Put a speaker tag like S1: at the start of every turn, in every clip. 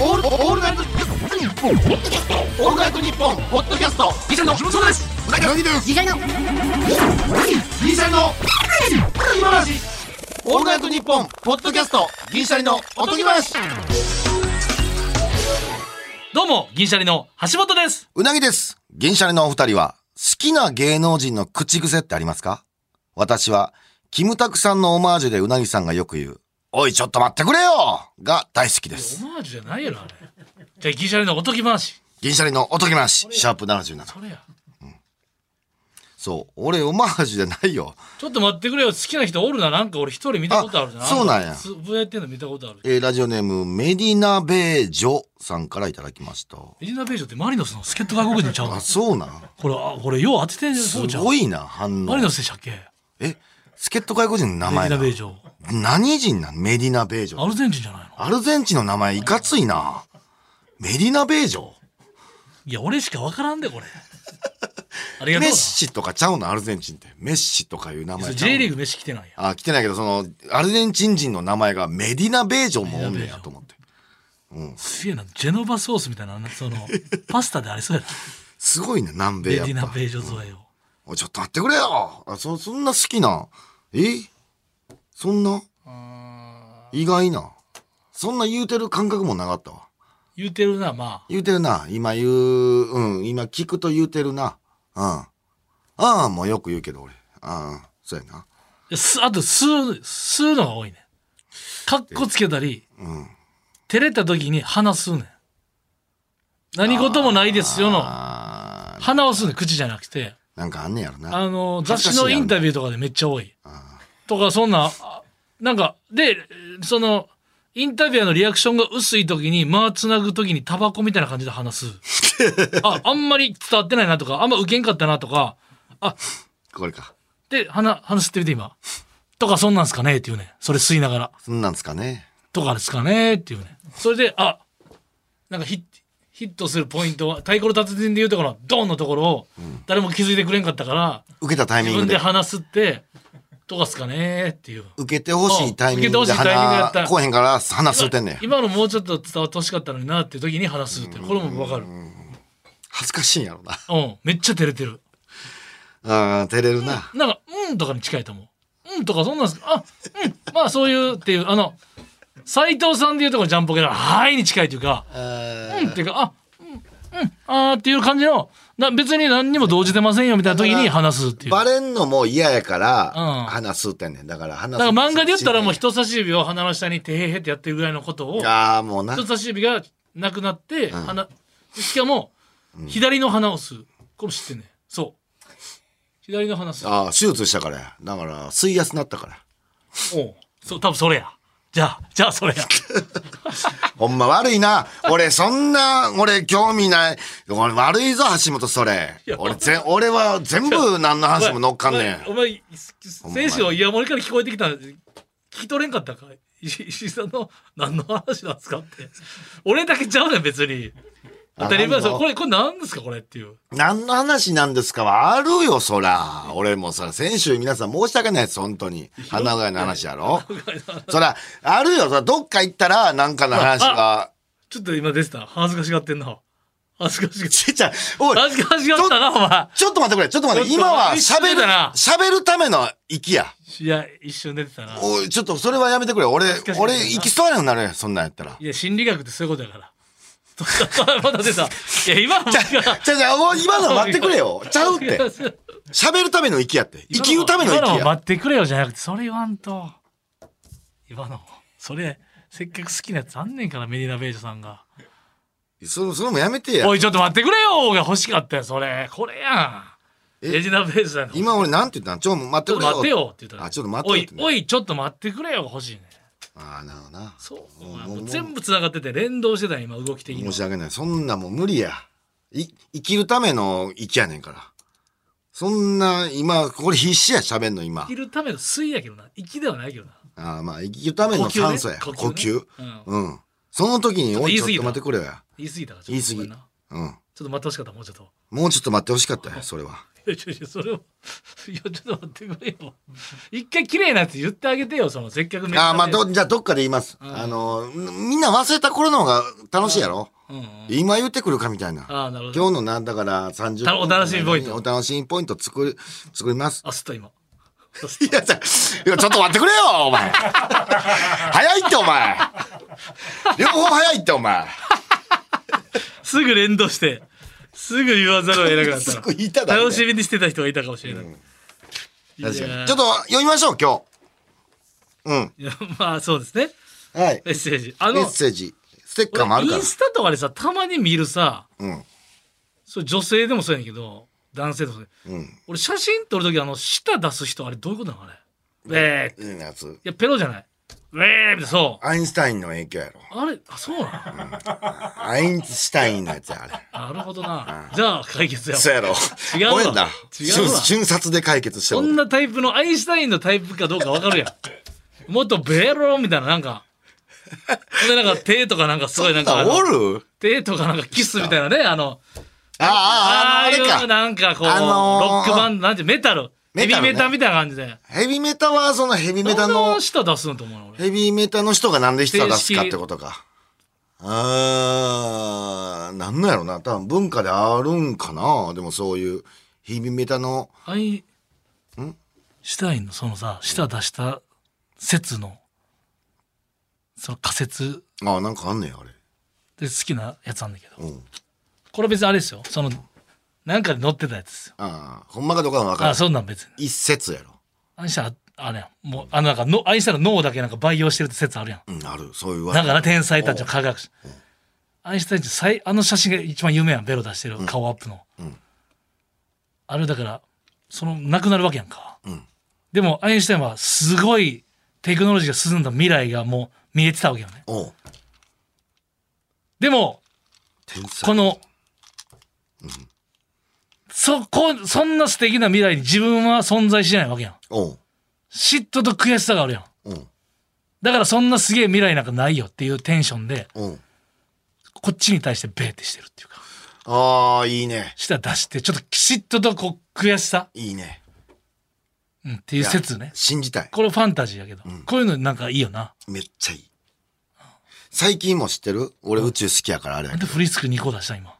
S1: オールオールナイトニッポンオールナイトニッポンポッドキャストギシャリの木本そうですうなぎの
S2: 次回の
S1: ギシャリの今話オールナイトニッポンポッドキャストギシャリのおとぎ話
S3: どうも、銀シャリの橋本です。
S4: うなぎです。銀シャリのお二人は、好きな芸能人の口癖ってありますか私は、キムタクさんのオマージュでうなぎさんがよく言う、おいちょっと待ってくれよが大好きです。
S3: オマージュじゃないやろ、あれ。じゃあ、銀シャリのおとぎ話。
S4: 銀シャリのおとぎ話、シャープ77。
S3: それや。
S4: そう、俺オマージュじゃないよ。
S3: ちょっと待ってくれよ、好きな人おるな、なんか俺一人見たことあるな。
S4: あそうなんや
S3: つぶやいてんの見たことある。
S4: えーラジオネーム、メディナベージョさんからいただきました。
S3: エリナ・ページョってマリノスの助っ人外国人ちゃうの
S4: あ、そうなん。
S3: これ、あこれ、よう当ててんじゃん。
S4: す
S3: そうちゃう
S4: ごいな、反
S3: マリ
S4: 応
S3: ノ。スでしたっけエ
S4: え、助っ人外国人の名
S3: リ
S4: 前
S3: ナ・
S4: な
S3: ページョ。
S4: 何人なんメディナベージョって
S3: アルゼンチンじゃないの
S4: アルゼンチンの名前いかついな。メディナベージョ
S3: いや、俺しかわからんで、これ。あり
S4: メ
S3: がとう
S4: ッ
S3: な。
S4: シとかちゃうのアルゼンチンって。メッシとかいう名前ちゃう
S3: J リー
S4: グ。
S3: グ飯来てないや。
S4: あ、来てないけど、その、アルゼンチン人の名前がメディナベージョもおんねやと思って。
S3: すげえな、ジェノバソースみたいな、その、パスタでありそうやな。
S4: すごいね、南米
S3: レ
S4: やっ
S3: ディナ・
S4: ぱ
S3: ペ。ージョ添えを。
S4: おいちょっと待ってくれよあそ、そんな好きな。えそんな意外な。そんな言うてる感覚もなかったわ。
S3: 言うてるな、まあ。
S4: 言うてるな。今言う、うん、今聞くと言うてるな。うん。ああ、もうよく言うけど俺。ああ、そうやな。
S3: すあと吸う吸うのが多いねかっこつけたり、照れた時に鼻吸うねん何事もないですよの
S4: あー
S3: 鼻を吸うねん口じゃなくて
S4: なんかあんねやろな。
S3: あの雑
S4: 恥ずかしい
S3: 誌
S4: やん
S3: のインタビューとかでめっちゃ多いとかそんなあなんかでそのインタビュアーのリアクションが薄い時に間つなぐ時にタバコみたいな感じで話す ああんまり伝わってないなとかあんま受けんかったなとかあ
S4: これか。
S3: で鼻鼻吸ってみて今とかそんなんすかねっていうねんそれ吸いながら
S4: そんなんすかね。
S3: とかですかねっていうね。それで、あ、なんかヒッヒットするポイントは、太鼓の達人でいうところのドンのところを、誰も気づいてくれんかったから、
S4: 受けたタイミ
S3: 自
S4: ング
S3: 分で
S4: で。
S3: 話すって、とかっすかねっていう。
S4: 受けてほしいタイミン
S3: うん
S4: グ
S3: 受
S4: で
S3: けてほしいタイミングや
S4: 鼻
S3: った
S4: こうへんから鼻吸うてんねん。
S3: 今のもうちょっと伝わってほしかったのになっていう時に話すっていうこれもわかる。うん
S4: 恥ずかしいんやろ
S3: めっちゃ照れてる。
S4: な。うん、照れるな。
S3: なんか、うんとかに近いと思う。うんとかそんなんすかあ、うん、まあそういうっていう、あの、斎藤さんでいうところのジャンポケの、はいに近いというか、うんっていうか、あ、うん、うん、あーっていう感じの、な別に何にも動じてませんよみたいな時に話すっていう。だ
S4: バ
S3: か
S4: レんのも嫌やから、
S3: うん
S4: 鼻吸うてんねん。だから鼻
S3: ら漫画で言ったらもう
S4: 人。
S3: 人差し指を鼻の下にてへへってやってるぐらいのことを、
S4: ああ、もうな
S3: 人。差し指がなくなって、鼻、しかも、左の鼻を吸う。これも知ってんねんそう。左の鼻吸う。
S4: ああ、手術したからや。だから、吸いやすなったから。
S3: おうそう、多分それや。じゃあ、じゃあそれや。
S4: ほんま悪いな。俺、そんな、俺、興味ない。俺、悪いぞ、橋本、それ。俺、ぜん、俺は全部何の話も乗っかんねん。
S3: お前、お前お前選手の山盛りから聞こえてきたの聞き取れんかったか石石井さんの何の話なんですかって。俺だけちゃうねん、別に。当たり前
S4: あなん
S3: そ
S4: の
S3: うこれ、これ何ですか、これっていう。
S4: 何の話なんですかはあるよ、そら。俺もさ、先週皆さん申し訳ないです、本当に。花うがいの話やろ。そら、あるよ、そら、どっか行ったら、なんかの話が。
S3: ちょっと今出てた。恥ずかしがってんな。恥ずかしが
S4: ちっちゃい、おい、
S3: 恥ずかしがったな、お前。
S4: ちょっと待ってくれ、ちょっと待って、
S3: ちょっと
S4: 今は
S3: 一緒
S4: 喋る
S3: だな、
S4: 喋るための息や。
S3: いや、一瞬出てたな。
S4: おい、ちょっとそれはやめてくれ。俺
S3: かし、い
S4: 俺、行きそうやになるよ、そんなんやっ たら。
S3: いや、心理学ってそういうことやから。 まだ出た。いや、今の
S4: じゃあ、じゃあ、お今のは待ってくれよ。ちゃうって。喋るための息やって。生きるための
S3: 今
S4: 息
S3: は
S4: や。
S3: 待ってくれよじゃなくてそれ言わんと今のそれせっかく好きなやつあんねんからメディナ・ベージョさんが
S4: それ、それもやめて
S3: 「
S4: や
S3: お。いちょっと待ってくれよ」が欲しかったよそれこれやんメディナ・ベージョさんの
S4: 今俺、なんて言ったんちょ、待っ
S3: ち
S4: て
S3: ょっ
S4: く
S3: と
S4: れよ。
S3: 待ってよ」って言ったら
S4: あちょっと待ってよってね
S3: おいおいちょっと待ってくれよ」が欲しいね
S4: ああ、なるほどな。
S3: そう
S4: もう
S3: もう
S4: もう
S3: 全部つながってて連動してたよ今動き的に
S4: 申し訳ない。そんなもう無理や。い、生きるための生きやねんから。そんな、今、これ必死や、喋んの今
S3: 生き。るための水やけどな息ではないけどな
S4: ああ、まあ、生きるための
S3: 呼吸ね
S4: 酸素や。呼
S3: 呼
S4: 吸,、
S3: 吸ねう
S4: うん。その時に、
S3: っと
S4: おい、
S3: 言い
S4: ちょっ
S3: 過ぎ
S4: と
S3: た
S4: 待ってくれよや。
S3: 言い過ぎたからちょ
S4: 言
S3: っと
S4: い過
S3: ごめ
S4: ぎ
S3: んな。
S4: うん。
S3: ちょっと待ってほしかったもうちょっと
S4: もうちょっと待ってほしかったよ、それは。
S3: やちょちょそれをいやちょっと待ってくれよ一回綺麗なやつ言ってあげてよその接客めっちゃ
S4: あーまあ
S3: ね
S4: どじゃあどっかで言います、あのみんな忘れた頃の方が楽しいやろ、
S3: うんうん
S4: 今言ってくるかみたいな
S3: あーなるほど
S4: 今日のなんだから30
S3: たお楽しみポイント
S4: お楽しみポイント作る作ります
S3: あすった今
S4: いやさいやちょっと待ってくれよお前 早いってお前両方早いってお前
S3: すぐ連動してすぐ言わざるを得なくなった
S4: す
S3: ら
S4: ぐ言いただね
S3: 楽しみにしてた人がいたかもしれない、いや
S4: 確か
S3: ー
S4: にちょっと読みましょう今日うん
S3: いやまあそうですね
S4: はい
S3: メッセージあ
S4: メ
S3: の
S4: ッセージステッカーもある
S3: 俺
S4: か
S3: イ
S4: ら
S3: ンスタとかでさたまに見るさ
S4: うん
S3: そう女性でもそうやねんけど男性でもそうやねん
S4: うん
S3: 俺写真撮る時あの舌出す人あれどういうことなのあれウェーってい
S4: いいやつ
S3: やペロじゃないウェーってそう
S4: アインシュタインの影響やろ
S3: あれあそうなの
S4: アインシュタインのやつやあれ
S3: なるほどなじゃあ解決や
S4: そうやろ
S3: 違うわ
S4: ごめんな
S3: 違うわ
S4: 瞬瞬殺で解決して
S3: そん
S4: る
S3: なタイプのアインシュタインのタイプかどうかわかるやんもっとベロみたいななんかほんでなんか手とかなんかすごいなんかあの
S4: おる
S3: 手とかなんかキスみたいなねあの
S4: あああ
S3: ああ
S4: あのあ
S3: いう
S4: れか
S3: なんかこう、
S4: あのー
S3: ロックバンドなんてメタル
S4: メタルね
S3: ヘビメタみたいな感じで
S4: ヘビメタはそのヘビメタ
S3: どん
S4: の
S3: な舌出すのと思うの俺
S4: ヘビメタの人がなんで人を出すかってことか。あー、なんなんやろな。多分文化であるんかな。でもそういうヘビメタの、
S3: アインシュタインのそのさ舌出した説のその仮説
S4: あーなんかあんねん、あれ。
S3: で好きなやつなんだけど
S4: うん。
S3: これ別にあれですよそのなんかで載ってたやつですよ
S4: あー、ほんまかどうかは分から
S3: あ
S4: ん。
S3: そんなん別に
S4: 一説やろ。
S3: アインシュタインあれやんもうあのなんかのアインシュタインの脳だけなんか培養してるって説あるやん
S4: うん、ある。そういう
S3: だか
S4: わ
S3: ら天才たちの科学者アインシュタインって最あの写真が一番有名やんベロ出してる顔アップの、あれだからそのなくなるわけやんか、でもアインシュタインはすごいテクノロジーが進んだ未来がもう見えてたわけよね
S4: おう
S3: でも
S4: 天才。
S3: この、そこそんな素敵な未来に自分は存在しないわけやん
S4: おう
S3: 嫉妬と悔しさがあるやん
S4: おう
S3: だからそんなすげえ未来なんかないよっていうテンションで
S4: おう
S3: こっちに対してベーってしてるっていうか
S4: あー、いいね。
S3: 舌出してちょっと嫉妬とこう悔しさ、
S4: いいね。
S3: うん、っていう説ね
S4: 信じたい。
S3: これファンタジーやけど、こういうのなんかいいよな
S4: めっちゃいい。最近も知ってる俺宇宙好きやからあれや
S3: なん
S4: け
S3: で
S4: ど。
S3: フリスク2個出した今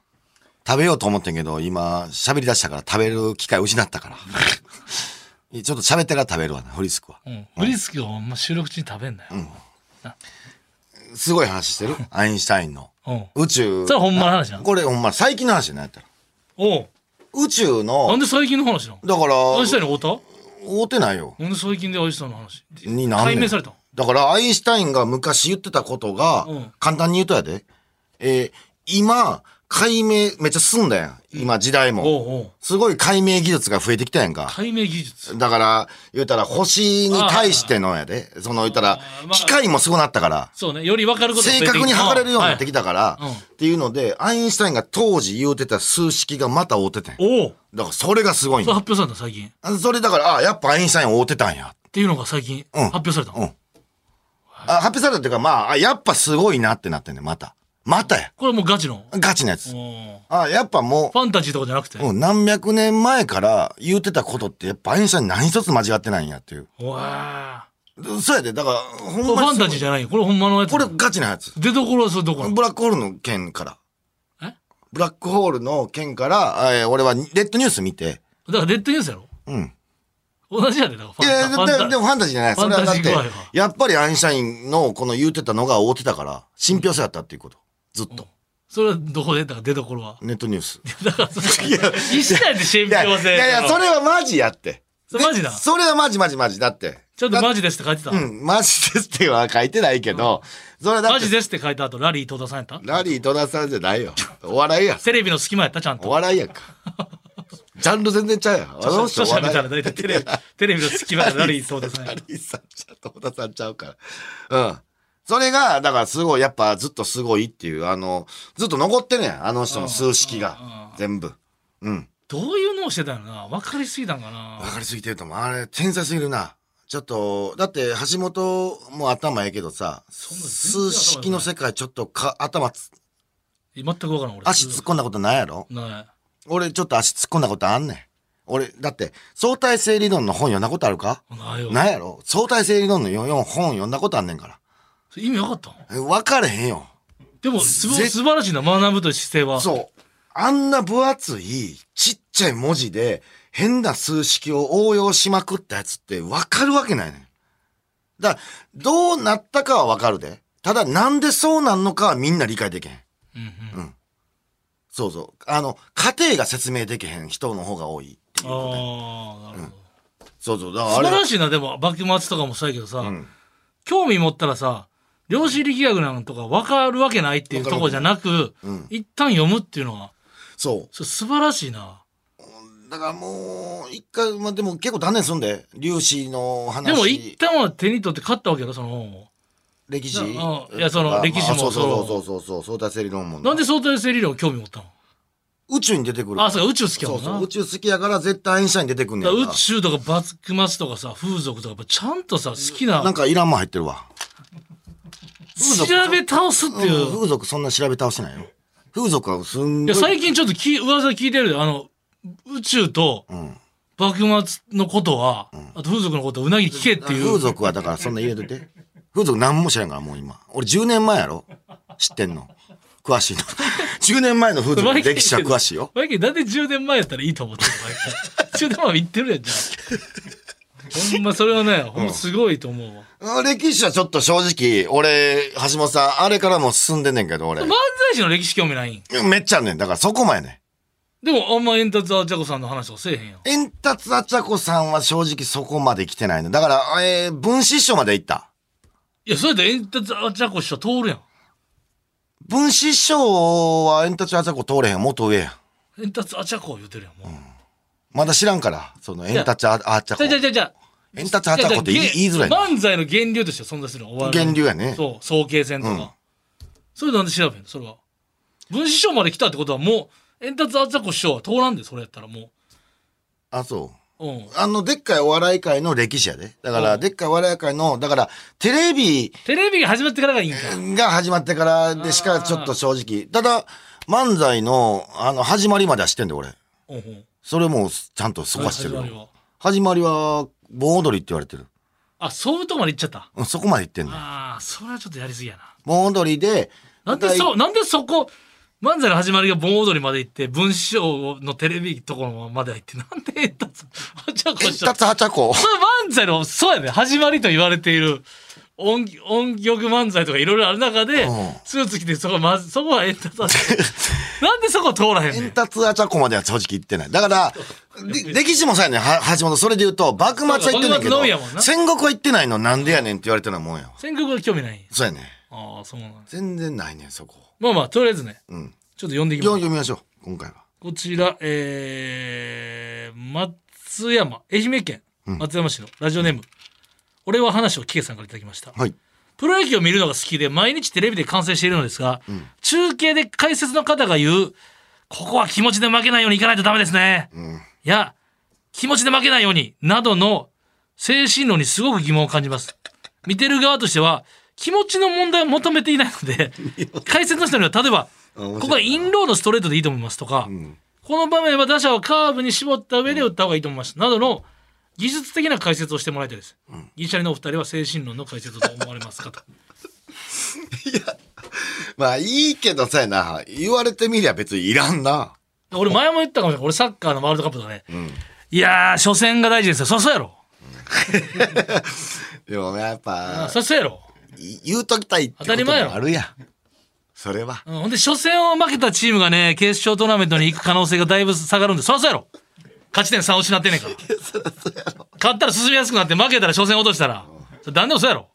S4: 食べようと思ってんけど、今、喋り出したから食べる機会失ったから。 ちょっと喋ってから食べるわな、フリスクは。
S3: うん、フリスクをほんま収録中に食べんなよ、
S4: すごい話してるアインシュタインの。
S3: うん
S4: 宇宙。
S3: それはほんまの話なの
S4: これほんま、最近の話じゃないったら。
S3: おう
S4: 宇宙
S3: なん
S4: の、
S3: で最近の話なの
S4: だから、
S3: アインシュタインに会う
S4: 会うてないよ。
S3: たなんで最近でアインシュタインの話
S4: になんねん
S3: 解明されたの
S4: だから、アインシュタインが昔言ってたことが、
S3: うん
S4: 簡単に言うとやで。えー今、解明めっちゃ進んだやん。今、時代も。
S3: おうおう
S4: すごい解明技術が増えてきたやんか。
S3: 解明技術
S4: だから、言うたら、星に対してのやで。その、言うたら
S3: あー、まあ
S4: 機械もすごなったから、
S3: そうねより分かることが増
S4: 正
S3: えてきた
S4: 確に測れるようになってきたから
S3: はいうん、
S4: っていうので、アインシュタインが当時言うてた数式がまた合うててん。だか
S3: おお
S4: ら、それがすごいん
S3: それ
S4: よ
S3: 発表された最近っ
S4: それだから、あ、やっぱアインシュタイン合うてたんや。
S3: ていうのが最近
S4: うん
S3: 発表されたの、
S4: うん。あ発表されたっていうか、まああ、やっぱすごいなってなってんねんまた。またや。
S3: これはもうガチの
S4: ガチなやつ
S3: お。う
S4: あ、やっぱも
S3: ファンタジーとかじゃなくて、
S4: う、うん、何百年前から言うてたことって、やっぱアインシュタイン何一つ間違ってないんやっていう。
S3: おわ
S4: そうやで、だから、ほんまに
S3: こ
S4: すご
S3: れ
S4: い
S3: ファンタジーじゃないよこれほんまのやつ
S4: これガチなやつ。
S3: 出どころはそれどころ
S4: ブラックホールの件から。
S3: え
S4: ブラックホールの件から、えー俺はレッドニュース見て。
S3: だからレッドニュースやろ
S4: うん。
S3: 同じやでだか
S4: い
S3: ら
S4: や、
S3: ファンタ
S4: ででもファンタジーじゃない。それはだっ
S3: ファンタジ
S4: て
S3: ー具合は、
S4: やっぱりアインシュタインのこの言うてたのが覆ってたから、信憑性あったっていうこと。ずっと。
S3: それはどこでだから出どころは
S4: ネットニュー ス。
S3: だからそれ一切で信
S4: いや、い
S3: 憑性
S4: やいや、それはマジやって。
S3: それマジだ
S4: それはマジマジマジ。だって。
S3: ちょっとマジですって書いてた、
S4: うん、マジですっては書いてないけど、それだ
S3: マ
S4: って
S3: ジ、ですって書いた後ラリー戸田さんやった
S4: ラリー戸田さんじゃないよ。お笑いや。
S3: テレビの隙間やったちゃんと
S4: お笑いやんか。ジャンル全然ち ゃうやん。あの人
S3: 著
S4: お笑
S3: 者みたいな大体テレビテレビの隙間でラリー戸田さんや
S4: ラリーさんちゃう、戸田さんちゃうから。うん。それが、だからすごい、やっぱずっとすごいっていう、あの、ずっと残ってんねん。あの人の数式が。全部。うん。
S3: どういう脳してたんやろな分かりすぎたんかな
S4: わかりすぎてると思う。あれ、天才すぎるな。ちょっと、だって、橋本も頭ええけどさ、
S3: んな全然頭
S4: 数式の世界ちょっとか、頭つ、
S3: 全く分からん俺
S4: 足突っ込んだことないやろ
S3: な
S4: 俺ちょっと足突っ込んだことあんねん。俺、だって、相対性理論の本読んだことあるか
S3: ないよ
S4: なんやろ相対性理論のよよ本読んだことあんねんから。
S3: それ意味分かった
S4: え分かれへんよ。
S3: でもすご
S4: ぜ
S3: 素晴らしいな学ぶという姿勢は
S4: そう。あんな分厚い、ちっちゃい文字で、変な数式を応用しまくったやつって分かるわけないねん。だから、どうなったかは分かるで。ただ、なんでそうなんのかはみんな理解できへん。
S3: うんうん
S4: そうそう。あの、家庭が説明できへん人の方が多いっていうことね。
S3: ああなるほど
S4: そうそう。だから
S3: 素
S4: あれ
S3: 晴
S4: は
S3: らしいなでも幕末とかもそうやけどさ、
S4: ん
S3: 興味持ったらさ量子力学なんとか分かるわけないっていうところじゃなく、
S4: うん
S3: 一旦読むっていうのは
S4: そう。
S3: それ素晴らしいな
S4: だからもう、一回、まあでも結構断念すんで、粒子の話。
S3: でも一旦は手に取って買ったわけよその本を
S4: 歴史
S3: いやうんいやその歴史も
S4: そうそうそ
S3: そ
S4: ううそうそう、相対性理論も。
S3: なんで相対性理論興味持った
S4: 宇宙に出てくる。
S3: のあそうか宇宙好きや
S4: そ
S3: も
S4: うんそ
S3: な
S4: う宇宙好きやから絶対アインシュタイン出てくんね
S3: だ
S4: ん
S3: か
S4: な。
S3: ら宇宙とか幕末とかさ風俗とかやっぱちゃんとさ好きな
S4: なんかいらんもん入ってるわ。
S3: 調べ倒すっていう、
S4: 風俗そんな調べ倒してないよ。風俗はすん
S3: い
S4: ご
S3: や
S4: い。
S3: 最近ちょっとき噂聞いてるであの宇宙と
S4: ん
S3: 幕末のことは、あと風俗のことはうなぎ聞けっていう
S4: 風俗はだからそんな入れといて。風俗なんも知らんからもう今。俺10年前やろ知ってんの。詳しいの。10年前の風俗の歴史は詳しいよ。
S3: マイケル、なんで10年前やったらいいと思ってるの毎回。10年前言ってるやん、じゃあ。ほんま、それはね、ほんますごいと思うわ。
S4: 歴史はちょっと正直、俺、橋本さん、あれからも進んでんねんけど、俺
S3: 漫。才師の歴史興味ないん
S4: めっちゃあんねん。だからそこまやね
S3: でも、あんまエンタツアージャコさんの話とかせえへんやん。
S4: ん。エンタツアチャコさんは正直そこまで来てないの。だから、えー、分子師匠まで行った。
S3: いや、それでエンタツアージャコ師匠通るやん。
S4: 分子師匠はエンタツアチャコ通れへん。もっと上やん。
S3: エンタツアージャコ言うてるやん、もう。
S4: まだ知らんから、そのエンタツアチャ
S3: じゃあじゃあ
S4: コ。
S3: じゃあじゃあ
S4: エンタツアチャコって言い言いづらいねん。
S3: 漫才の源流として存在するの、お笑いの
S4: 源流やね
S3: そう、総慶戦とか。
S4: うん
S3: それなんで調べんのそれは。分子師匠まで来たってことは、もう、エンタツアージャコ師匠は通らんで、それやったらも
S4: あ、そう。
S3: う。うん。
S4: あの、でっかいお笑い界の歴史やで。だから、
S3: うん
S4: でっかいお笑い界の、だから、テレビ
S3: テレビが始まってからがいいんか。
S4: が始まってからでし
S3: あ
S4: か
S3: ー
S4: ちょっと正直。ただ、漫才の、あの、始まりまでは知ってんだよ、俺。
S3: うんうん
S4: それも、ちゃんとそこは知ってるよ
S3: 始まりは
S4: 始まりは、盆踊りって言われてる。
S3: あ、そういうとこまで行っちゃった。
S4: うん、そこまで言ってんねん。
S3: ああ、それはちょっとやりすぎやな。
S4: 盆踊りで、
S3: なんでそう、なんでそこ、漫才の始まりが盆踊りまで行って、文章のテレビところまで入って、なんでエンタツ、あちゃこ
S4: え、
S3: しちゃ
S4: たつはちゃこ。
S3: それ漫才の、そうやね、始まりと言われている、音、音曲漫才とかいろいろある中で
S4: うん、
S3: スーツ着て、そこ、まず、そこはエンタ ツ、なんでそこ通らへん
S4: エ
S3: ね
S4: ン
S3: ん。
S4: タツアチャコまでは正直言ってない。だ から、で歴史もさやねん、は橋本。それで言うと、幕末は言ってんねんけ
S3: 幕末の
S4: ど
S3: みやもん、な
S4: 戦国は言ってないのなんでやねんって言われてるようなもんやわ。
S3: 全国は興味ないんや。
S4: そうやねん。
S3: ああ、そうなんです。
S4: 全然ないねん、そこ。
S3: まあまあ、とりあえずね、
S4: うん。
S3: ちょっと呼んでいきます
S4: 読。みましょう、今回は。
S3: こちら、えー、松山、愛媛県松山市のラジオネーム、俺は話を聞けさんからいただきました。
S4: はい。
S3: プロ野球を見るのが好きで、毎日テレビで観戦しているのですが、中継で解説の方が言う、ここは気持ちで負けないようにいかないとダメですね。いや、気持ちで負けないように、などの精神論にすごく疑問を感じます。見てる側としては、気持ちの問題を求めていないの で、解説の人には、例えば、
S4: 面白いな
S3: ここはインローのストレートでいいと思いますとか、この場面は打者をカーブに絞った上で打った方がいいと思います、などの技術的な解説をしてもらいたいです。銀シャリのお二人は精神論の解説をどう思われま すかと。
S4: まあいいけどさやな、言われてみりゃ別にいらんな。
S3: 俺前も言ったかもしれない俺サッカーのワールドカップとかね、いやー初戦が大事ですよそりゃそうやろ
S4: でもねやっ
S3: あ
S4: ぱ
S3: そ、りゃそうやろ、
S4: い言うときたいってこ
S3: 当たり
S4: と
S3: 前やろ
S4: もあるやん。それは。
S3: うん、ほんで初戦を負けたチームがね決勝トーナメントに行く可能性がだいぶ下がるんでそりゃそうやろ勝ち点3失ってんねん から勝ったら進みやすくなって負けたら初戦落としたら何でもそうやろ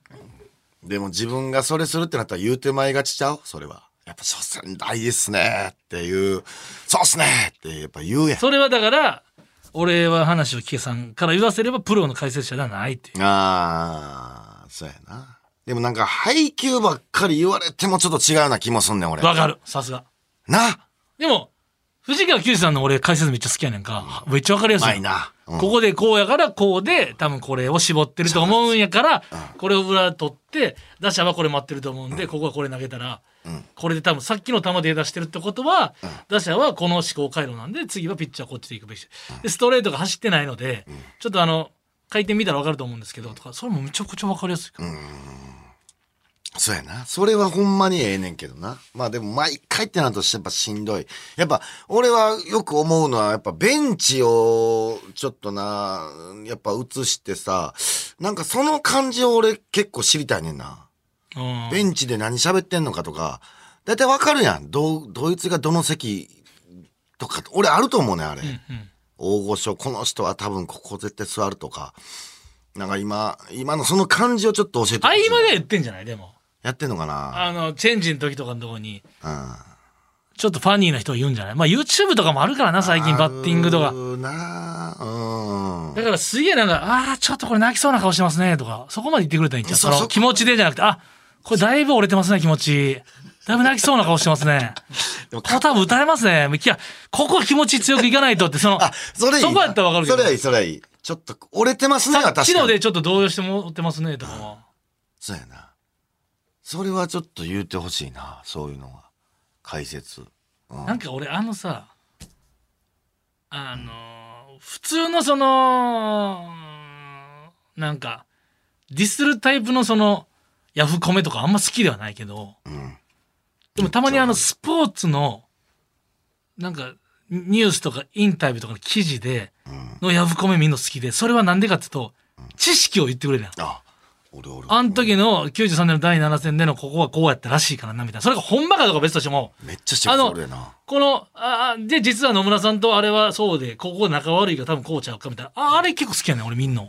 S4: でも自分がそれするってなったら言うてまいがちちゃうそれは。やっぱ、所詮大事っすねっていう、そうっすねってやっぱ言うやん。
S3: それはだから俺は話を聞けさんから言わせればプロの解説者ではないっていう
S4: ああ、そうやな。でもなんか配給ばっかり言われてもちょっと違うような気もすんねん俺。
S3: わかるさすが
S4: な
S3: でも藤川球児さんの俺解説めっちゃ好きやねんかめっちゃわかりや
S4: う
S3: すい
S4: ま
S3: の
S4: いな。うん
S3: ここでこうやからこうで多分これを絞ってると思うんやからこれを裏取って打者はこれ待ってると思うんでここはこれ投げたらこれで多分さっきの球で出してるってことは、打者はこの思考回路なんで次はピッチャーこっちで行くべきでストレートが走ってないので、ちょっとあの回転見たら分かると思うんですけどとかそれもめちゃくちゃ分かりやすいから、
S4: そうやな。それはほんまにええねんけどな。まあでも毎回ってなるとやっぱしんどい。やっぱ俺はよく思うのはやっぱベンチをちょっとな、やっぱ映してさ、なんかその感じを俺結構知りたいねんな。
S3: うん
S4: ベンチで何喋ってんのかとか、だいたいわかるやん。どう、ドイツがどの席とか、俺あると思うねん、あれ。
S3: うん
S4: 大御所、この人は多分ここ絶対座るとか。なんか今、今のその感じをちょっと教えて
S3: 合
S4: ほしい
S3: 間で言ってんじゃないでも
S4: やってんのかな
S3: あのチェンジの時とかのとこに
S4: うん。
S3: ちょっとファニーな人が言うんじゃないまあ YouTube とかもあるからな最近バッティングと
S4: あ
S3: か
S4: るなあうん
S3: だからすげえなんか「ああーちょっとこれ泣きそうな顔してますね」とかそこまで言ってくれたらいいんじ
S4: いや
S3: ゃん
S4: そ
S3: その
S4: そ
S3: 気持ちでじゃなくて「あこれだいぶ折れてますね気持ち」だいぶ泣きそうな顔してま すね。
S4: でも
S3: これ多分打たれますね。いや、ここは気持ち強くいかないとって、その、
S4: あそれいいな
S3: そこやったらわかるけ
S4: そ
S3: ど。
S4: れはいいそれはいいちょっと折れてますね
S3: さっ
S4: 私
S3: きのでちょっと動揺してもってますね、とかは。
S4: そうやなそれはちょっと言うてほしいなそういうのは解説うん
S3: なんか俺あのさあのー普通のそのなんかディスるタイプのそのヤフコメとかあんま好きではないけど
S4: うん
S3: でもたまにあのスポーツのなんかニュースとかインタビューとかの記事で
S4: うん
S3: のヤフコメ見るの好きでそれはなんでかっていうと知識を言ってくれるやん。
S4: あ俺俺
S3: あの時の93年の第7戦でのここはこうやったらしいからなみたいなそれが本場かとか別としても
S4: めっちゃしてる
S3: あの
S4: 俺やな
S3: この、ああ、で、実は野村さんとあれはそうで、ここ仲悪いから多分こうちゃうかみたいな。ああれ結構好きやねん、俺みんな。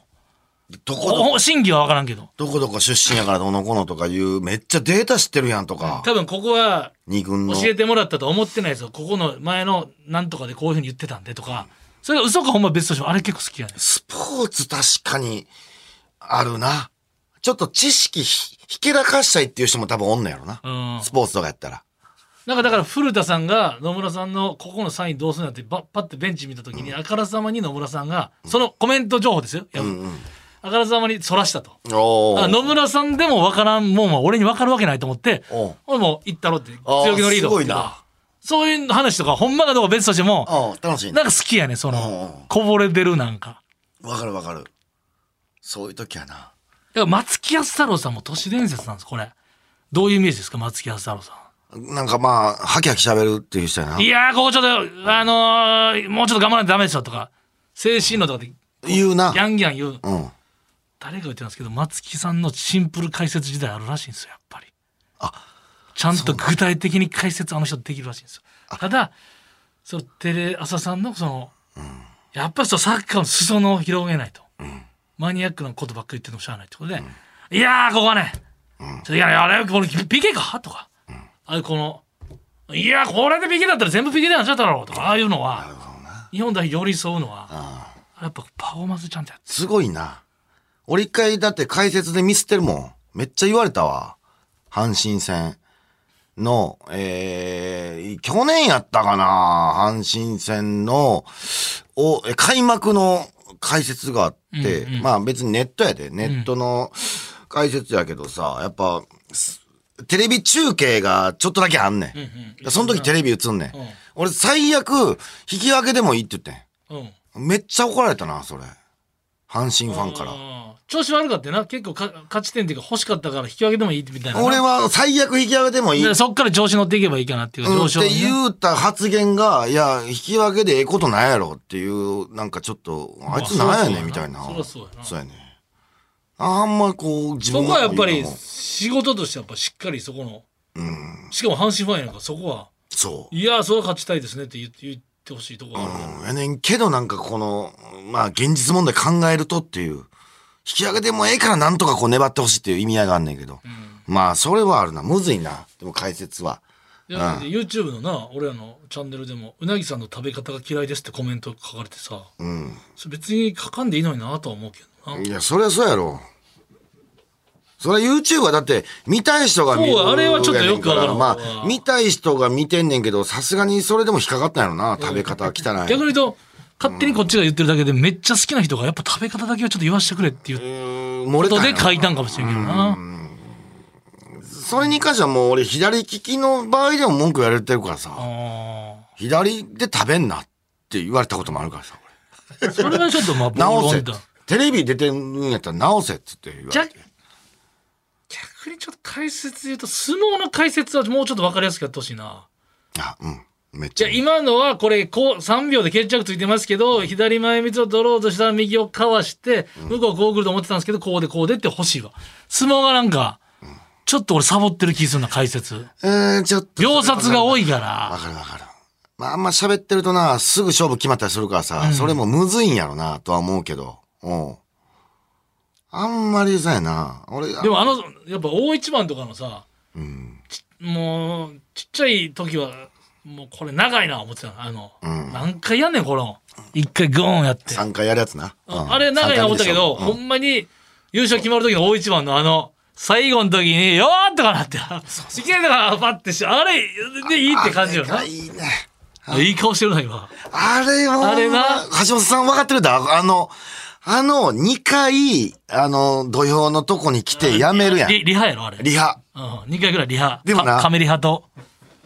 S4: どこどこ
S3: お真偽は分からんけど。
S4: どこどこ出身やからどうのこうのとかいうめっちゃデータ知ってるやんとか
S3: 多分ここは
S4: 二軍
S3: 教
S4: の
S3: えてもらったとは思ってないですよ。ここの前のなんとかでこういうふうに言ってたんでとか。それが嘘かほんま別としても、あれ結構好きやねん。
S4: スポーツ確かにあるなちょっと知識ひひけらかしたいっていう人も多分おんのやろな
S3: うん。
S4: スポーツとかやったら。
S3: なんかだから古田さんが野村さんのここのサインどうするんだってばパッてベンチ見た時にあからさまに野村さんがそのコメント情報ですよ、
S4: うんうん。
S3: あからさまにそらしたと
S4: おお。
S3: あ野村さんでも分からんもんは俺に分かるわけないと思って
S4: おう
S3: 俺も行ったろって
S4: あー
S3: 強気のリード
S4: すごいな
S3: そういう話とかほんまかどうか別としても
S4: うん、楽しいね
S3: なんか好きやねそ
S4: うんう
S3: の
S4: ん
S3: こぼれ出るなんか
S4: わかるわかる。そういう時やな。
S3: だから松木安太郎さんも都市伝説なんですこれどういうイメージですか松木安太郎さ
S4: なんかまあ、ハキハキ喋るっていう人やなん
S3: い。やーここちょっとあのーもうちょっと頑張らないとダメですよとか精神論とかでギ
S4: 言うな。
S3: ャンギャン言う
S4: うん。
S3: 誰が言ってるんですけど松木さんのシンプル解説時代あるらしいんですよやっぱり
S4: あ
S3: ちゃんと具体的に解説あの人できるらしいんですよただそのテレ朝さんのその、やっぱりそのサッカーの裾野を広げないと、マニアックなことばっかり言ってもしゃあないってことで、いやーここはね、ちょっといやあれこれ PK かとか、ああいうこのいやーこれで PK だったら全部 PK でなっちゃっただろうとかああいうのは日本代表寄り添うのはやっぱパフォーマンスちゃんとやって
S4: すごいな。俺一回だって解説でミスってるもん。めっちゃ言われたわ。阪神戦の、えー、去年やったかな阪神戦の、お、え開幕の解説があって、
S3: うんうん
S4: まあ別にネットやで、ネットの解説やけどさ、やっぱ、すテレビ中継がちょっとだけあんねん。その時テレビ映んねん。
S3: うん
S4: 俺最悪、引き分けでもいいって言って
S3: うん
S4: ん。めっちゃ怒られたな、それ。阪神ファンから。
S3: うん調子悪かったよな結構か勝ち点っていうか欲しかったから引き分けでもいいみたいな
S4: 俺は最悪引き上げてもいい
S3: で
S4: っ
S3: そっから調子乗っていけばいいかなっていう上昇
S4: て
S3: にね、
S4: 言うた発言が、いや、引き分けでええことないやろっていう、なんかちょっと、あいつなんやねんみたいな。
S3: そりゃそうやな
S4: そうやね。あんまこう、自
S3: そ
S4: 分
S3: こはやっぱ
S4: いい
S3: り
S4: かも
S3: 仕事としてやっぱしっかりそこの
S4: うん。
S3: しかも阪神ファンやんからそこは
S4: そう。
S3: いやーそれは勝ちたいですねって言って言ってほしいとこがあるから、
S4: うんやねんけどなんかこの、まあ現実問題考えるとっていう、引き上げてもええからなんとかこう粘ってほしいっていう意味合いがあんねんけど。まあそれはあるな。むずいな。でも解説は。
S3: いやだって YouTube のな俺らのチャンネルでもうなぎさんの食べ方が嫌いですってコメント書かれてさ
S4: うん。
S3: それ別に書かんでいいのになとは思うけどない
S4: や、そりゃそうやろ。それは YouTube はだって、見たい人が見る。
S3: そうあれはちょっとよくわからん
S4: ま
S3: う
S4: あ、
S3: ん
S4: 見たい人が見てんねんけど、さすがにそれでも引っかかったんやろな。食べ方は汚い。
S3: 逆に言うと勝手にこっちが言ってるだけでめっちゃ好きな人がやっぱ食べ方だけはちょっと言わしてくれっていう
S4: うーん、漏
S3: こ
S4: れ
S3: と
S4: たんや
S3: で
S4: な
S3: 書いたんかもしれんけどな。
S4: それに関してはもう俺左利きの場合でも文句言われてるからさ、
S3: あ
S4: 左で食べんなって言われたこともあるからさ、俺
S3: ーそれはちょっとまあ
S4: 直せ
S3: 暴論だ。
S4: テレビ出てるんやったら直せっつって言われ
S3: 逆
S4: て。
S3: 逆にちょっと解説で言うと相撲の解説はもうちょっと分かりやすくやってほしいな
S4: あ、うん。めっ
S3: じ
S4: ち
S3: ゃ
S4: ゃ
S3: あ。今のはこれこう3秒で決着ついてますけど左前みつを取ろうとしたら右をかわして向こうこう来ると思ってたんですけどこうでこうでって欲しいわ相撲がなんかちょっと俺サボってる気するな解説
S4: うーん、ちょっと。
S3: 秒殺が多いか
S4: わ
S3: ら
S4: かるわかる。まあ、あんま喋ってるとな、すぐ勝負決まったりするからさ、それもむずいんやろな、とは思うけど。うん。あんまりさやな。俺、
S3: でもあのやっぱ大一番とかのさ
S4: うん。
S3: もうちっちゃい時はもうこれ長いな思ってたのあの、
S4: うん
S3: 何回やんねんこの一回グーンやって
S4: 3回やるやつな。うん
S3: あれ長いな思ったけど、
S4: 三回
S3: ほんまに優勝決まる時の大一番のあの、最後の時に、よーっとかなって、いけるのかなパッてし、あれでいいって感じよ
S4: あれ
S3: な。
S4: がいいね。
S3: いい顔してるな、今。
S4: あれは、
S3: あれな
S4: 橋本さん分かってるだ。あの、あの、2回、あの、土俵のとこに来てやめるやん。
S3: リリハやろ、あれ。
S4: リハ。
S3: うん、2回ぐらいリハ。
S4: でもな
S3: かカメリハと。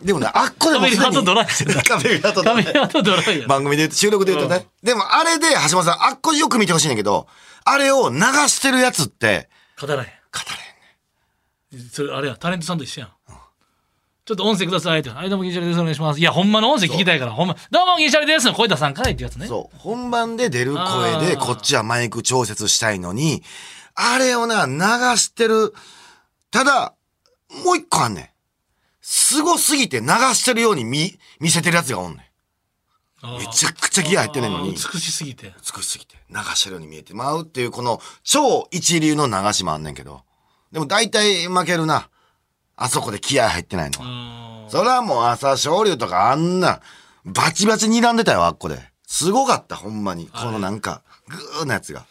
S4: でもね、あっこでも
S3: カメリハとドライしてた
S4: カメリハとド
S3: カ
S4: ラ
S3: メ
S4: イ
S3: リ。ハとドライやろ。
S4: 番組で言うと収録で言うとね。でもあれで橋本さん、あっこよく見てほしいんだけど、あれを流してるやつって、
S3: 語らへん。
S4: 語
S3: それあれやタレントさんと一緒やん、ちょっと音声くださいって「はいどうも銀シャリですお願いします」いやほんまの音声聞きたいからほんま「どうも銀シャリです」の声出さんかいってやつ
S4: れ
S3: ね
S4: ん。そう。本番で出る声で、
S3: あー
S4: こっちはマイク調節したいのに、あれをな、流してる。ただ、もう一個あんねん。すごすぎて流してるように見、見せてるやつがおんね
S3: あー
S4: ん。めちゃくちゃギア入ってないのに
S3: あ。ー美しすぎて
S4: 美しすぎて流してるように見えてまうっていうこの超一流の流しもあんねんけどでも大体負けるなあそこで気合入ってないの
S3: う
S4: は
S3: ん
S4: それはもう朝青龍とかあんなバチバチ睨んでたよあっこですごかったほんまにこのなんかグーなやつが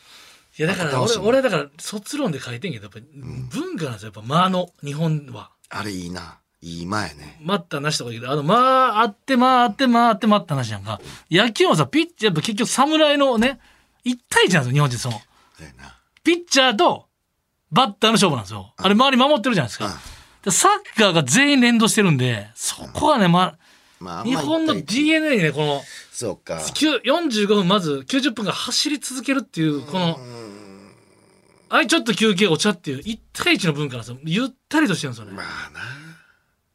S3: いやだか
S4: あ
S3: ら
S4: 楽
S3: 俺
S4: しみ
S3: 俺だから卒論で書いてんけどやっぱり文化なんですよやっぱ間の日本は
S4: あれいいないい前ね
S3: 待ったなしとか言うけどあの間あって間あって間あって待ったなしなんか野球もさピッチャーやっぱ結局侍のね1対1なんですよ日本人その
S4: だよな
S3: ピッチャーとバッターの勝負なんですよあれ周り守ってるじゃないですか
S4: うん
S3: でサッカーが全員連動してるんでそこはね、ま
S4: まああ
S3: あ、
S4: ん
S3: 日
S4: ま
S3: 本の
S4: 一体
S3: DNA にねこの
S4: そうか
S3: 9 45分まず90分が走り続けるっていうこのはいちょっと休憩お茶っていう一対一の文化なんですよゆったりとしてるんですよね、
S4: まあな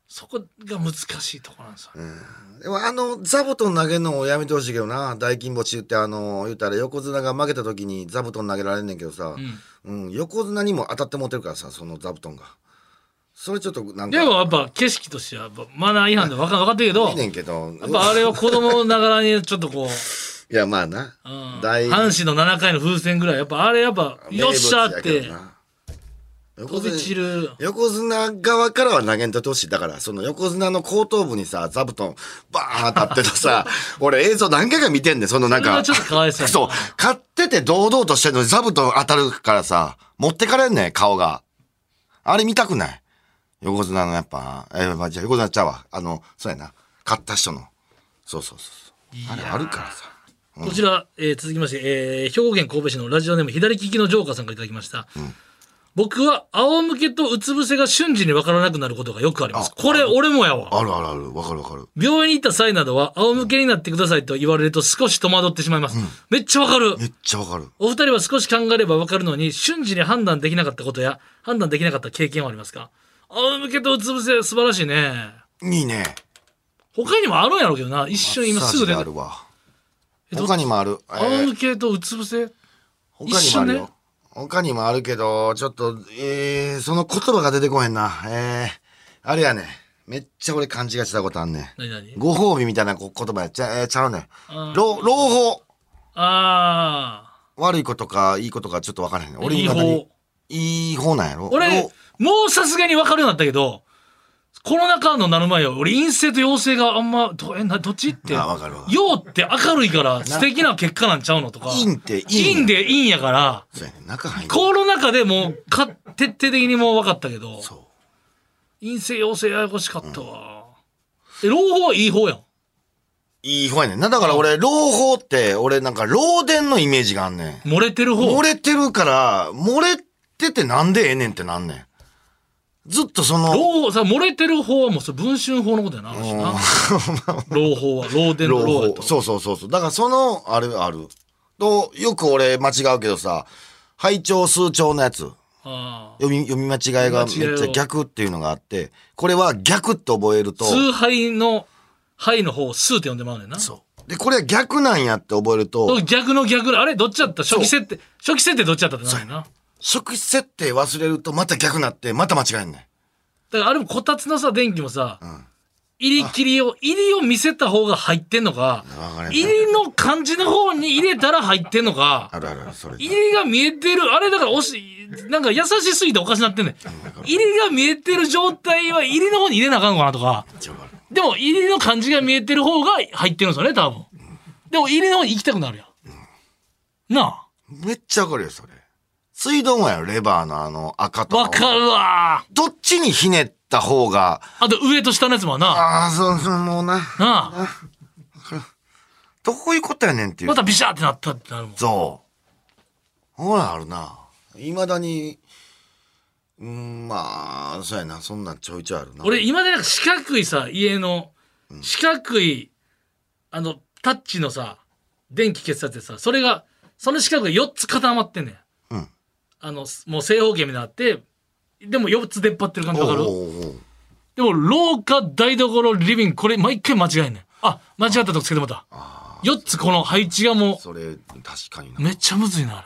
S3: そこが難しいところなんですよ、ね
S4: でもあの座布団投げるのをやめてほしいけどな大金星言ってあの言うたら横綱が負けた時に座布団投げられんねんけどさ、
S3: うん
S4: うん、横綱にも当たって持てるからさその座布団がそれちょっとなんか
S3: でもやっぱ景色としてはやっぱマナー違反で分か分かってるけど
S4: いいねんけど
S3: やっぱあれは子供ながらにちょっとこう、
S4: いやまあな、
S3: うん、
S4: 大
S3: 阪神の7回の風船ぐらいやっぱあれやっぱよっしゃーっ
S4: 名物や
S3: て
S4: けどな横
S3: 飛び散
S4: 綱
S3: る
S4: 横綱側からは投げんとってほしいだからその横綱の後頭部にさ座布団バーン当たってるとさ 俺映像何回か見てんねんそのなんか
S3: それはちょっとかわいそうやな
S4: そう勝ってて堂々としてるのに座布団当たるからさ持ってかれんねん顔があれ見たくない横綱のやっぱえーまあじゃあ横綱ちゃうわあのそうやな勝った人のそうそうそうそうあれあるからさ
S3: こちら、えー続きまして、えー兵庫県神戸市のラジオネーム左利きのジョーカーさんからいただきました、僕は仰向けとうつ伏せが瞬時に分からなくなることがよくあります
S4: あ
S3: これ俺もやわ
S4: あるあるあるわかるわかる
S3: 病院に行った際などは仰向けになってくださいと言われると少し戸惑ってしまいます、めっちゃ分かる
S4: めっちゃわかる
S3: お二人は少し考えれば分かるのに瞬時に判断できなかったことや判断できなかった経験はありますか仰向けとうつ伏せ素晴らしいね
S4: いいね
S3: 他にもあるんやろうけどな一瞬今す
S4: マッサージ
S3: ぐ出
S4: があ
S3: て
S4: るわ
S3: えど
S4: 他にもある、えー
S3: 仰向けとうつ伏せ
S4: 他にもある
S3: 一緒ね
S4: よ。他にもあるけど、ちょっと、えー、その言葉が出てこへんな。えー、あれやね。めっちゃ俺勘違いしたことあんね
S3: 何何
S4: ん。ご褒美みたいなこ言葉やっちゃ,、えー、ちゃうねん。
S3: あー
S4: 朗朗報。
S3: ああ
S4: 悪いことかいいことかちょっと分からへんねん。俺
S3: いい
S4: の中に
S3: 方。
S4: いい方なんやろ。
S3: 俺
S4: 朗、
S3: もうさすがに分かるようになったけど、コロナ禍のなる前は、俺陰性と陽性があんま、どえなどっちって。
S4: あわかるわ
S3: 陽って明るいから素敵な結果なんちゃうのとか。
S4: 陰って陰
S3: 陰で陰やから、
S4: そうやねん。中入んねん
S3: コロナ禍でもうか、徹底的にもう分かったけど、
S4: そう。
S3: 陰性陽性ややこしかったわ。え、朗報はいい方やん。
S4: いい方やねんな。だから俺、朗報って、俺なんか漏電のイメージがあんねん。
S3: 漏れてる方。
S4: 漏れてるから、漏れててなんでええねんってなんねん。ずっとその、
S3: 老さ漏れてる方はもうそれ文春法のことやなあるしな老法は老伝の老や
S4: 老
S3: と
S4: 法。そうそうそうそう。だからその、あれある。と、よく俺間違うけどさ、拝聴数聴のやつ。
S3: ああ
S4: 読み、読み間違いがめ
S3: 読み間違い
S4: っち
S3: を
S4: ゃ逆っていうのがあって、これは逆って覚えると、
S3: 崇拝の拝の方を崇って呼んでまうねんな
S4: そうで、これは逆なんやって覚えると、
S3: 逆の逆のあれどっちだった初期設定初期設定どっちだったってなるなだ
S4: 初期設定忘れるとまた逆なって、また間違えんね
S3: からあれもこたつのさ電気もさ、入り切りを入りを見せた方が入ってんの
S4: ん。
S3: か
S4: わか
S3: 入
S4: り
S3: りの感じの方に入れたら入ってんのか
S4: あるあるある、それ。
S3: 入りが見えてるあれだからおしなんか優しすぎておかしなってんねん入りが見えてる状態は入りの方に入れなあかんのかなとかでも入りの感じが見えてる方が入ってるんですよね多分でも入りの方に行きたくなるやんな
S4: めっちゃわかるよ、それ。水道もやろ、レバーのあの赤
S3: あ
S4: と
S3: わ
S4: か。
S3: かるわ
S4: どっちにひねった方が、
S3: あと上と下のやつもな
S4: ああ、そうそう、もうな。
S3: なあ
S4: どういうことやねんっていう。
S3: またビシャーってなったってなるもん
S4: そう。ほら、あるな。いまだに、うん、まあ、そうやな。そんなんちょいちょいあるな。
S3: 俺今までなんか四角いさ家の四角いあのタッチのさ電気消すやつでさそれがその四角が4つ固まってんねん
S4: うん。
S3: あのすもう正方形みたいになってでも4つ出っ張ってる感じわか
S4: おう
S3: る
S4: おうおう
S3: でも廊下台所リビングこれ毎回間違えんねんあ間違ったとこつけてもらった4つこの配置がも
S4: それ、確かに
S3: う
S4: な。
S3: めっちゃむずいなあ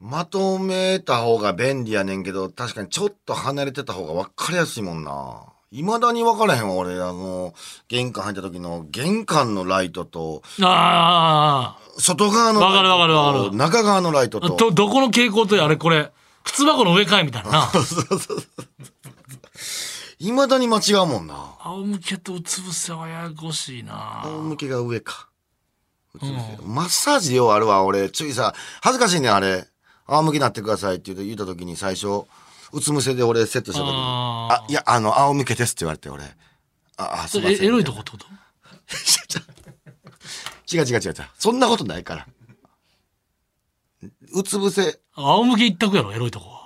S4: まとめた方が便利やねんけど、確かにちょっと離れてた方が分かりやすいもんな。いまだに分からへんわ、俺。あの、玄関入った時の玄関のライトと、
S3: れあー
S4: 外側のライトと
S3: わかるわかるわかる
S4: 中側のライト
S3: あー
S4: と。
S3: どどこの傾向とあれこれ靴箱の上かいみた いなな
S4: いまだに間違うもんな。
S3: 仰向けとうつ伏せはややこしいな
S4: 仰向けが上か。マッサージようあるわ、俺。ついさ、恥ずかしいねん、あれ。仰向けになってくださいって言うと言った時に最初、うつむせで俺セットした時に。
S3: あ
S4: あ、いや、あの、仰向けですって言われて、俺。あ、あ、す
S3: そ
S4: いませ
S3: れ
S4: ん。
S3: えエロいとこってこと
S4: 違う違う違う違う。そんなことないから。うつ伏せ、
S3: 仰向け一択やろエロいとこは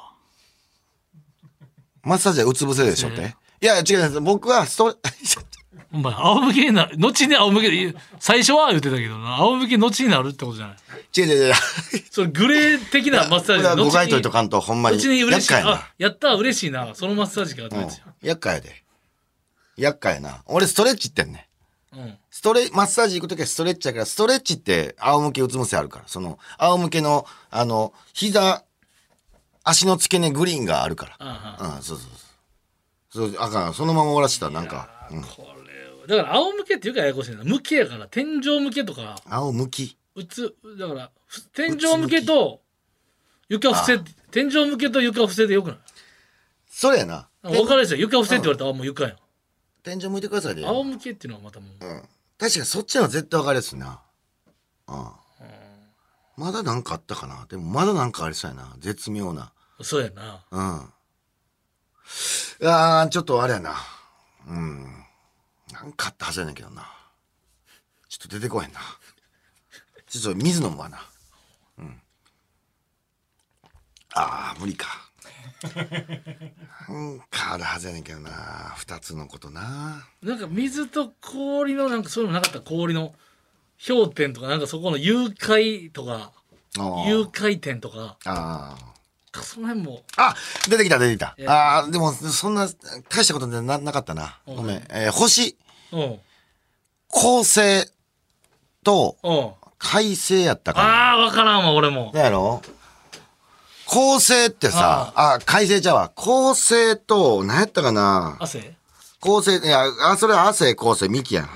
S4: マッサージはうつ伏せでしょって。いや、違う違う。僕はス ト、
S3: お前仰向けにな後に仰向けで最初は言ってたけどな仰向け後になるってことじゃない
S4: 違う違う違う。
S3: それグレー的なマッサ
S4: こ
S3: ージ
S4: れは誤解といと
S3: 後
S4: かんと、ほんまに。
S3: に嬉
S4: 厄
S3: しい
S4: 介やな。
S3: あやった嬉しいなそのマッサージがあったやつよ、
S4: うん厄介やで。厄介やな。俺ストレッチってんねん。
S3: うん、
S4: ストレ、マッサージ行くときはストレッチやから、ストレッチって仰向けうつむせあるから、その、仰向けの、あの、膝、足の付け根グリーンがあるか
S3: あ
S4: ら。うん、そうそうそう。そう、あかん、そのまま終わらせたらなんか、うん、
S3: これはだから仰向けっていうかややこしいな向けやから天井向けとか
S4: 仰向き。
S3: うつだからふ天井向けと床伏せ天井向けと床伏せでよくない
S4: それやな。
S3: なんか分かるでしょ床伏せって言われたら、あもう床やん
S4: 天井向いてくださいで。う
S3: 仰
S4: ん。
S3: 向けっていうのはまたもう
S4: 確かにそっちの方が絶対わかりやすいな。うん。まだなんかあったかな。でもまだなんかありそうやな。絶妙な。
S3: そうやな
S4: うん。ああ、ちょっとあれやな。うん。なんかあったはずやねんけどな。ちょっと出てこへんな。ちょっと水飲むわな。うん。ああ、無理 か。なんかあるはずやねんけどな。二つのことな。
S3: なんか水と氷のなんかそういうのなかった氷の氷点とかなんかそこの融解とか
S4: あ
S3: 融解点とか
S4: あー。
S3: その辺も
S4: あ出てきた出てきた。
S3: え
S4: ああ、でもそんな大したことななかったな。ごめん。えー星、
S3: うん
S4: 構成と、
S3: うん
S4: 改正やったか
S3: ああ分からんわ俺も
S4: な。だやろ構成ってさ、あ、改正ちゃうわ。構成と、何やったかな
S3: 汗
S4: 構成、いや、あ、それは亜生構成、ミキやな。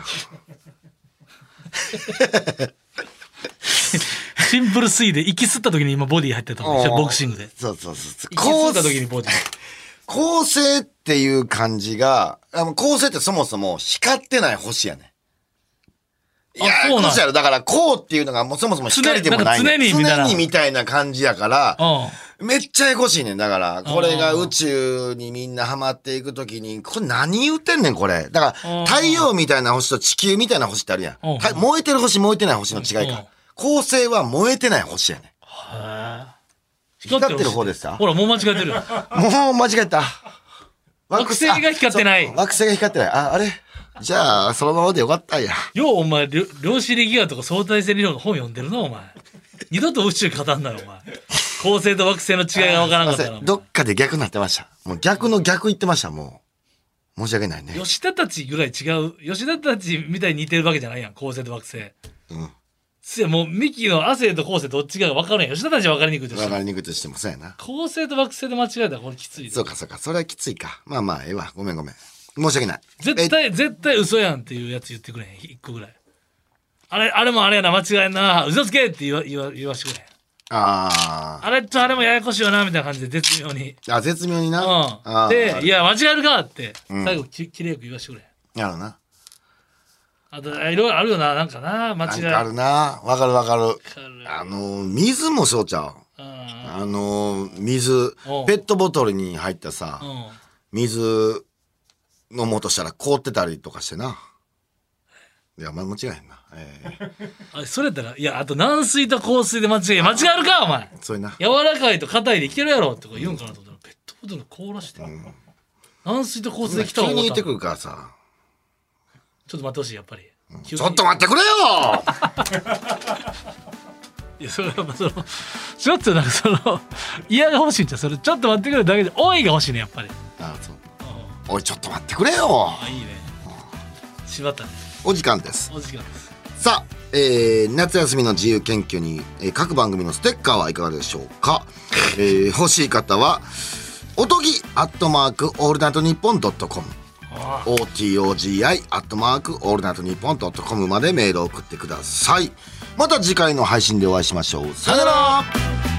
S3: シンプル推移で息吸った時に今ボディ入ってたもん
S4: うん
S3: ボクシングで
S4: そうそうそう。
S3: 息吸
S4: 構
S3: った時に
S4: 成、
S3: ボディ
S4: 構成っていう漢字が、あの構成ってそもそも光ってない星やねん。いや
S3: あそうなん
S4: 星やろ。だから、こうっていうのがもうそもそも光でもないねん
S3: 常になんか常
S4: 常に
S3: にみたいな
S4: みたいな感じやから、
S3: う
S4: めっちゃややこしいねん。だから、これが宇宙にみんなハマっていくときに、これ何言ってんねん、これ。だから、
S3: あー
S4: 太陽みたいな星と地球みたいな星ってあるやん。
S3: うん
S4: た燃えてる星、燃えてない星の違い
S3: うん
S4: か。恒星は燃えてない星やね
S3: んへえ
S4: 光ってる方でした
S3: ほらもう間違えてる
S4: ん。
S3: よ
S4: もう間違えた。
S3: 惑星が光ってない
S4: あそう惑星が光ってない。あ、あれじゃあ、そのままでよかったんや。
S3: ようお前りょ量子力学とか相対性理論の本読んでるなお前二度と宇宙語んなよお前恒星と惑星の違いが分からなかっ
S4: すい
S3: た
S4: ま
S3: な
S4: せんどっかで逆になってました。もう逆の逆言ってました、もう。申し訳ないね。
S3: 吉田たちぐらい違う吉田たちみたいに似てるわけじゃないやん恒星と惑星
S4: うん。
S3: せやもうミキの亜生と恒星どっちかが分からんやん吉田たちは分かりにくいでし
S4: わ
S3: ょ
S4: かりにくいとしてもそうやな。
S3: 恒星と惑星で間違えたらこれきついで
S4: そうか、そうか。それはきついか。まあまあ、ええわ。ごめんごめん。申し訳ない。
S3: 絶対絶対嘘やんっていうやつ言ってくれへん一個ぐらいあれあれもあれやな間違えんな嘘つけって言わ言わ言わしてくれへん
S4: あ
S3: あれとあれもややこしいよなみたいな感じで絶妙に
S4: あ。あ、絶妙にな。あ
S3: うん、
S4: ー
S3: で、いや、間違えるかって、
S4: ん
S3: 最後き、きれいよく言わしてくれ。
S4: やろうな。
S3: あと、あいろいろあるよな、なんかな、間
S4: なん
S3: 違い。
S4: かあるな。わかるわかる。
S3: わ
S4: あの、水もそうちゃう。
S3: か
S4: あの、水
S3: おう、
S4: ペットボトルに入ったさ
S3: る。う、ん。うん。
S4: 水飲もうとしたら凍ってたりとかしてな。いや、まあ、間違えへんな。ええ
S3: あそれやったら、いや、あと、軟水と硬水で間違え、間違えるか、お前。
S4: そういうな。
S3: 柔らかいと硬いでいけるやろとか言うんかなと思ったら、ペットボトル凍らして。軟水と硬水で来た
S4: 急
S3: わ、
S4: に
S3: 思
S4: 言った
S3: っ
S4: て
S3: ち
S4: く
S3: ょっ
S4: るからさ。
S3: と待ってほしい、やっぱり。急に
S4: ちょっと待ってくれよ
S3: いや、それは、まあその、ちょっとなんか、その、嫌が欲しいんちゃうそれ、ちょっと待ってくれるだけで、おいが欲しいね、やっぱり。うん
S4: あそう。おい、ちょっと待ってくれよ
S3: あ、いいね。縛ったね。
S4: お時間です。
S3: お時間です。
S4: さあ、えー夏休みの自由研究に、えー各番組のステッカーはいかがでしょうか、えー欲しい方はおとぎアットマークオールナイトニッポンドットコム
S3: あ
S4: OTOGI アットマークオールナイトニッポンドットコムまでメールを送ってくださいまた次回の配信でお会いしましょうさよなら
S3: あ。